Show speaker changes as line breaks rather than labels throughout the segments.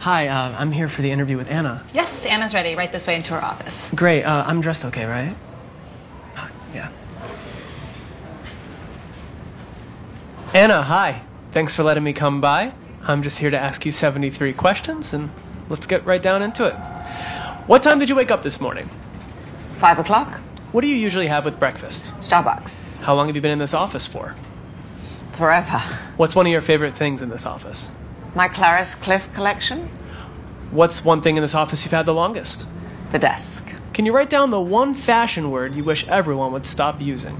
Hi, uh, I'm here for the interview with Anna.
Yes, Anna's ready. Right this way into her office.
Great, uh, I'm dressed okay, right? Uh, yeah. Anna, hi. Thanks for letting me come by. I'm just here to ask you 73 questions, and let's get right down into it. What time did you wake up this morning?
Five o'clock.
What do you usually have with breakfast?
Starbucks.
How long have you been in this office for?
Forever.
What's one of your favorite things in this office?
My Clarice Cliff collection.
What's one thing in this office you've had the longest?
The desk.
Can you write down the one fashion word you wish everyone would stop using?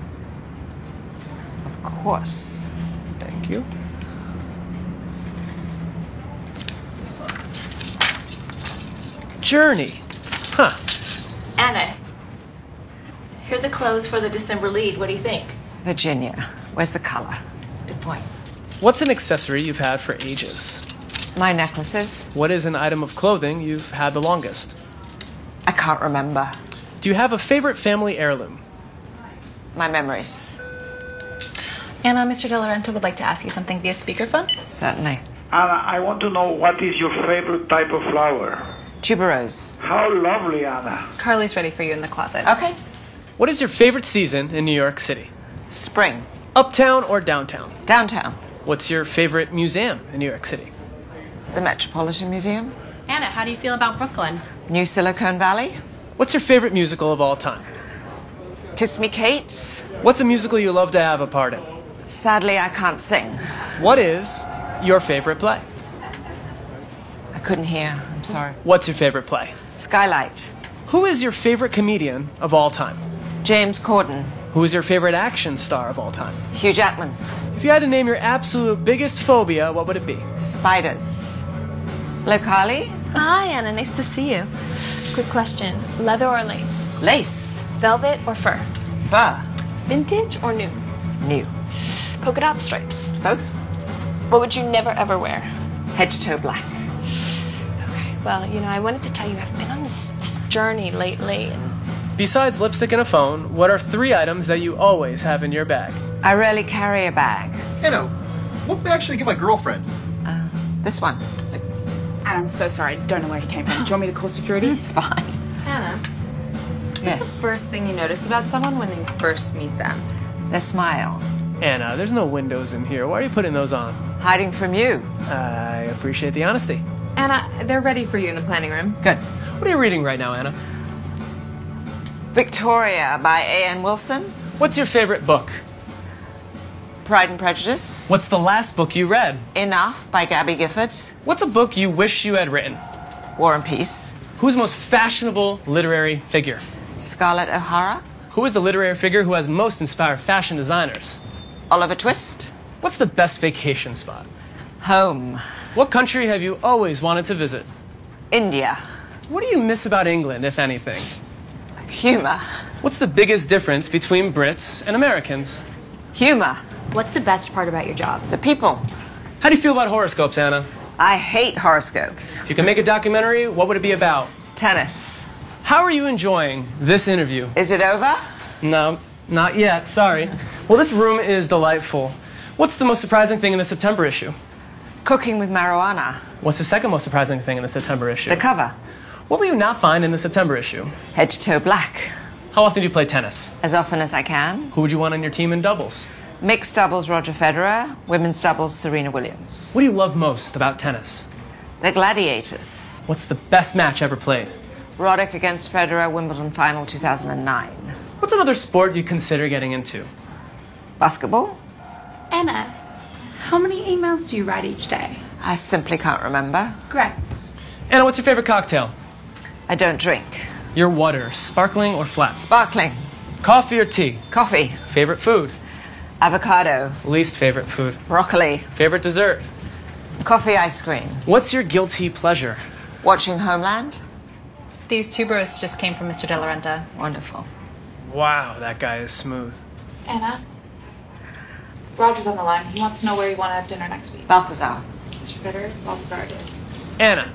Of course.
Thank you. Journey. Huh.
Anna, here are the clothes for the December lead. What do you think?
Virginia. Where's the color?
Good point.
What's an accessory you've had for ages?
My necklaces.
What is an item of clothing you've had the longest?
I can't remember.
Do you have a favorite family heirloom?
My memories.
Anna, Mr. De Laurento would like to ask you something via speakerphone.
Certainly.
Anna, I want to know what is your favorite type of flower?
Tuberose.
How lovely, Anna.
Carly's ready for you in the closet.
Okay.
What is your favorite season in New York City?
Spring.
Uptown or downtown?
Downtown.
What's your favorite museum in New York City?
The Metropolitan Museum.
Anna, how do you feel about Brooklyn?
New Silicon Valley.
What's your favorite musical of all time?
Kiss Me Kate.
What's a musical you love to have a part in?
Sadly, I can't sing.
What is your favorite play?
I couldn't hear. I'm sorry.
What's your favorite play?
Skylight.
Who is your favorite comedian of all time?
James Corden.
Who is your favorite action star of all time?
Hugh Jackman.
If you had to name your absolute biggest phobia, what would it be?
Spiders. Locali.
Hi, Anna. Nice to see you. Quick question leather or lace?
Lace.
Velvet or fur?
Fur.
Vintage or new?
New.
Polka dot stripes.
Both.
What would you never ever wear?
Head to toe black.
Okay, well, you know, I wanted to tell you I've been on this, this journey lately. And
Besides lipstick and a phone, what are three items that you always have in your bag?
I rarely carry a bag.
Anna, what bag should I get my girlfriend?
This one.
I'm so sorry. I don't know where he came from. Do you want me to call security?
It's fine.
Hannah, what's
Yes.
the first thing you notice about someone when you first meet them?
Their smile.
Anna, there's no windows in here. Why are you putting those on?
Hiding from you.
I appreciate the honesty.
Anna, they're ready for you in the planning room.
Good.
What are you reading right now, Anna?
Victoria by A.N. Wilson.
What's your favorite book?
Pride and Prejudice.
What's the last book you read?
Enough by Gabby Gifford.
What's a book you wish you had written?
War and Peace.
Who's the most fashionable literary figure?
Scarlett O'Hara.
Who is the literary figure who has most inspired fashion designers?
Oliver Twist.
What's the best vacation spot?
Home.
What country have you always wanted to visit?
India.
What do you miss about England, if anything?
Humor.
What's the biggest difference between Brits and Americans?
Humor.
What's the best part about your job?
The people.
How do you feel about horoscopes, Anna?
I hate horoscopes.
If you could make a documentary, what would it be about?
Tennis.
How are you enjoying this interview?
Is it over?
No, not yet, sorry. Well, this room is delightful. What's the most surprising thing in the September issue?
Cooking with marijuana.
What's the second most surprising thing in the September issue?
The cover.
What will you not find in the September issue?
Head to toe black.
How often do you play tennis?
As often as I can.
Who would you want on your team in doubles?
Mixed doubles Roger Federer. Women's doubles Serena Williams.
What do you love most about tennis?
The Gladiators.
What's the best match ever played?
Roddick against Federer Wimbledon final 2009.
What's another sport you consider getting into?
Basketball?
Anna, how many emails do you write each day?
I simply can't remember.
Great.
Anna, what's your favorite cocktail?
I don't drink.
Your water, sparkling or flat?
Sparkling.
Coffee or tea?
Coffee.
Favorite food?
Avocado.
Least favorite food?
Broccoli.
Favorite dessert?
Coffee ice cream.
What's your guilty pleasure?
Watching Homeland?
These two bros just came from Mr. De Laurenta.
Wonderful.
Wow, that guy is smooth.
Anna? Roger's on the line. He wants to know where you want to have dinner next week.
Balthazar.
Mr. Federer, Balthazar it is.
Anna,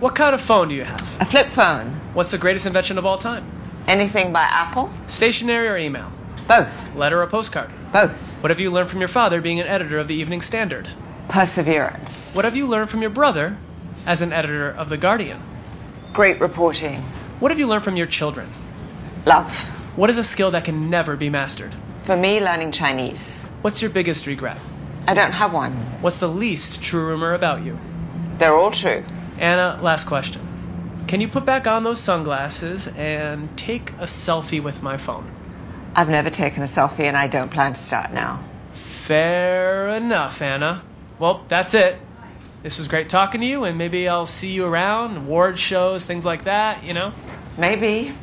what kind of phone do you have?
A flip phone.
What's the greatest invention of all time?
Anything by Apple?
Stationery or email?
Both.
Letter or postcard?
Both.
What have you learned from your father being an editor of the Evening Standard?
Perseverance.
What have you learned from your brother as an editor of The Guardian.
Great reporting.
What have you learned from your children?
Love.
What is a skill that can never be mastered?
For me, learning Chinese.
What's your biggest regret?
I don't have one.
What's the least true rumor about you?
They're all true.
Anna, last question. Can you put back on those sunglasses and take a selfie with my phone?
I've never taken a selfie and I don't plan to start now.
Fair enough, Anna. Well, that's it. This was great talking to you, and maybe I'll see you around, award shows, things like that, you know?
Maybe.